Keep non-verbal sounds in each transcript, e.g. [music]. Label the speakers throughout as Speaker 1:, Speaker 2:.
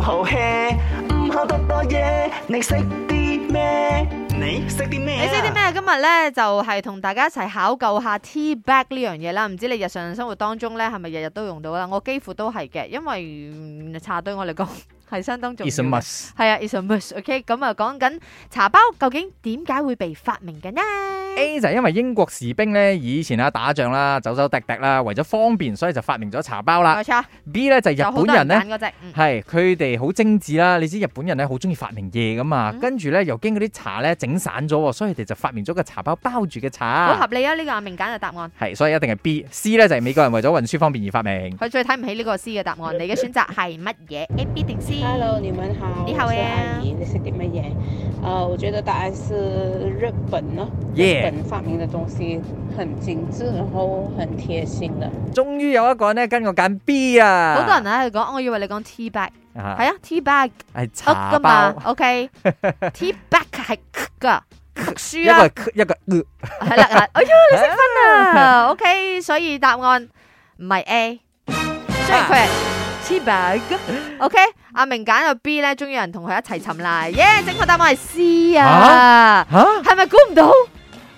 Speaker 1: 好 hea，唔好多多嘢。你識啲咩？你識啲咩
Speaker 2: 你識啲咩？今日咧就係同大家一齊考究下 tea bag 呢樣嘢啦。唔知你日常生活當中咧係咪日日都用到啦？我幾乎都係嘅，因為嗯茶對我嚟講 [laughs] 係相當重要
Speaker 3: It's a
Speaker 2: 嘅。
Speaker 3: must。
Speaker 2: 係啊，is a must。OK，咁啊講緊茶包究竟點解會被發明嘅呢？
Speaker 3: A 就係因為英國士兵咧以前啊打仗啦，走走滴滴啦，為咗方便，所以就發明咗茶包啦。
Speaker 2: 冇錯，
Speaker 3: B 咧就係
Speaker 2: 哎就好
Speaker 3: 日
Speaker 2: 多
Speaker 3: 啊本人咧。
Speaker 2: 揀嗰隻。嗯
Speaker 3: 係佢哋好精緻啦，你知日本人咧好中意發明嘢噶嘛，
Speaker 2: 嗯
Speaker 3: 跟住咧又經嗰啲茶咧整散咗喎，所以佢哋就發明咗個茶包包住嘅
Speaker 2: 好合
Speaker 3: 茶，
Speaker 2: 理啊！呢個阿明揀嘅答案，
Speaker 3: 係所以一定係 B。C 咧就係美國人為咗運輸方便而發明。
Speaker 2: 佢最睇唔起呢個 C 嘅答
Speaker 3: [laughs]
Speaker 2: 案。你嘅選擇係乜嘢？A、B 定 C？
Speaker 3: 啊
Speaker 4: Hello，你们好，
Speaker 2: 你好
Speaker 4: 我是
Speaker 2: 呀
Speaker 4: 阿姨，你是点乜嘢？呃，我觉得答案是日本呢
Speaker 3: Yeah
Speaker 4: 日本发明的东西很精致，然后很贴心的。
Speaker 3: 終於有一個人咧跟我揀 B 啊！
Speaker 2: 好多人喺度講，我以為你講 tea bag，
Speaker 3: 啊
Speaker 2: 係啊，tea bag
Speaker 3: 係
Speaker 2: 噏噶
Speaker 3: 茶
Speaker 2: 嘛
Speaker 3: 包，
Speaker 2: ，OK，tea bag 係咳噶，咳
Speaker 3: 一
Speaker 2: 書啊
Speaker 3: 個，咳一個呃
Speaker 2: 係啦，嗱哎呀，你識分啊，OK，所以答案唔係 A，雖然佢係 tea bag，OK，阿明揀咗 B 咧，終於有人同佢一齊沉啦，耶，正確答案係 C 啊，
Speaker 3: 嚇。
Speaker 2: 係咪估唔到？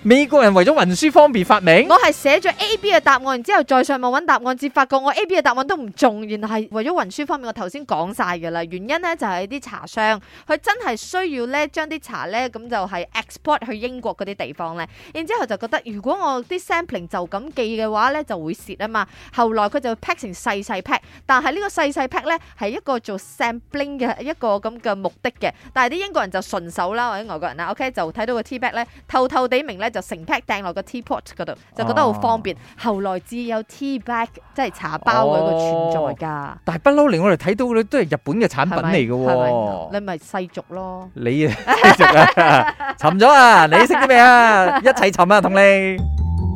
Speaker 3: 美國人為咗運輸方便發明，
Speaker 2: 我係寫咗 A、B 嘅答案，然之後再上網揾答案，至發覺我 A、B 嘅答案都唔中，原來係為咗運輸方面，我頭先講晒㗎啦。原因呢就係啲茶商，佢真係需要呢將啲茶呢咁就係 export 去英國嗰啲地方呢。然之後就覺得如果我啲 sampling 就咁寄嘅話呢，就會蝕啊嘛。後來佢就 pack 成細細 pack，但係呢個細細 pack 呢係一個做 sampling 嘅一個咁嘅目的嘅。但係啲英國人就順手啦，或者外國人啦，OK 就睇到個 tea bag 咧，透透地明咧就成 pack 掟落個 teapot 嗰度，就覺得好方便。
Speaker 3: 哦
Speaker 2: 後來至有 tea bag 即係茶包嘅一個存在㗎，
Speaker 3: 但係不嬲令我哋睇到嘅都係日本嘅產哦品
Speaker 2: 係咪
Speaker 3: 嚟嘅
Speaker 2: 係咪
Speaker 3: 喎。
Speaker 2: 你咪世俗咯。
Speaker 3: 你啊， [laughs] 繼續啊，沉咗啊！你識啲咩啊？一齊沉啊，同你。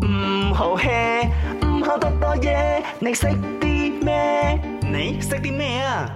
Speaker 1: 唔好 hea，唔好多多嘢。你識啲咩？你識啲咩啊？